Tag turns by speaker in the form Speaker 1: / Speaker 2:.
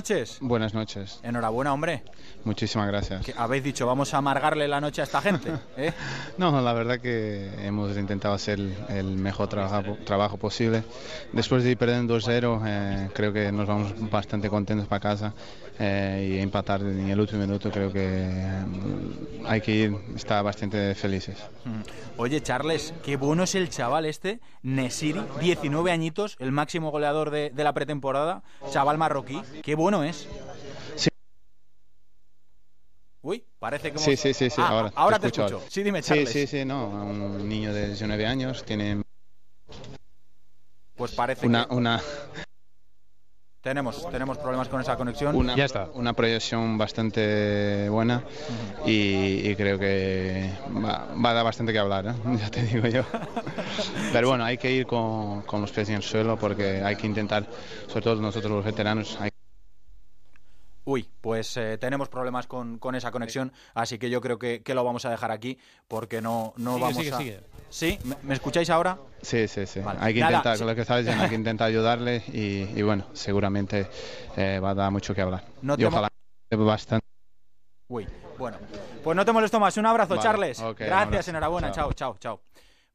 Speaker 1: noches.
Speaker 2: Buenas noches.
Speaker 1: Enhorabuena, hombre.
Speaker 2: Muchísimas gracias.
Speaker 1: Que habéis dicho, vamos a amargarle la noche a esta gente. ¿eh?
Speaker 2: No, la verdad que hemos intentado hacer el, el mejor trabaja, trabajo posible. Después de ir perdiendo 2-0, eh, creo que nos vamos bastante contentos para casa eh, y empatar en el último minuto creo que mm, hay que ir, estar bastante felices.
Speaker 1: Oye, Charles, qué bueno es el chaval este, Nesiri, 19 añitos, el máximo goleador de, de la pretemporada, chaval marroquí, qué bueno es.
Speaker 2: Sí.
Speaker 1: Uy, parece que hemos-
Speaker 2: Sí, sí, sí, sí,
Speaker 1: Ah,
Speaker 2: ahora,
Speaker 1: te escucho. Sí, dime,
Speaker 2: Sí,
Speaker 1: Charles.
Speaker 2: sí, sí, no, un niño de 19 años tiene
Speaker 1: Pues parece
Speaker 2: una,
Speaker 1: que
Speaker 2: una,
Speaker 1: tenemos, tenemos problemas con esa conexión.
Speaker 2: una,
Speaker 3: Ya está.
Speaker 2: una proyección bastante buena y, y creo que va, va a dar bastante que hablar, ¿eh? ya te digo yo. Pero bueno, hay que ir con, con los pies en el suelo porque hay que intentar, sobre todo nosotros los veteranos, hay
Speaker 1: Uy, pues eh, tenemos problemas con, con esa conexión, así que yo creo que, que lo vamos a dejar aquí porque no, no
Speaker 3: Sigue,
Speaker 1: vamos
Speaker 3: sigue,
Speaker 1: a...
Speaker 3: sigue.
Speaker 1: ¿Sí? ¿Me, me escucháis ahora?
Speaker 2: Sí, sí, sí.
Speaker 1: Vale.
Speaker 2: Hay que
Speaker 1: Nada,
Speaker 2: intentar,
Speaker 1: sí.
Speaker 2: lo que estabas diciendo, hay que intentar ayudarle y, y bueno, seguramente eh, va a dar mucho que hablar.
Speaker 1: No
Speaker 2: y
Speaker 1: te mo-
Speaker 2: ojalá bastante.
Speaker 1: Uy, bueno. Pues no te molesto más. Un abrazo,
Speaker 2: Vale,
Speaker 1: Charles.
Speaker 2: ok, un
Speaker 1: Gracias,
Speaker 2: abrazo.
Speaker 1: enhorabuena. Chao,
Speaker 2: Chao.
Speaker 1: chao, chao.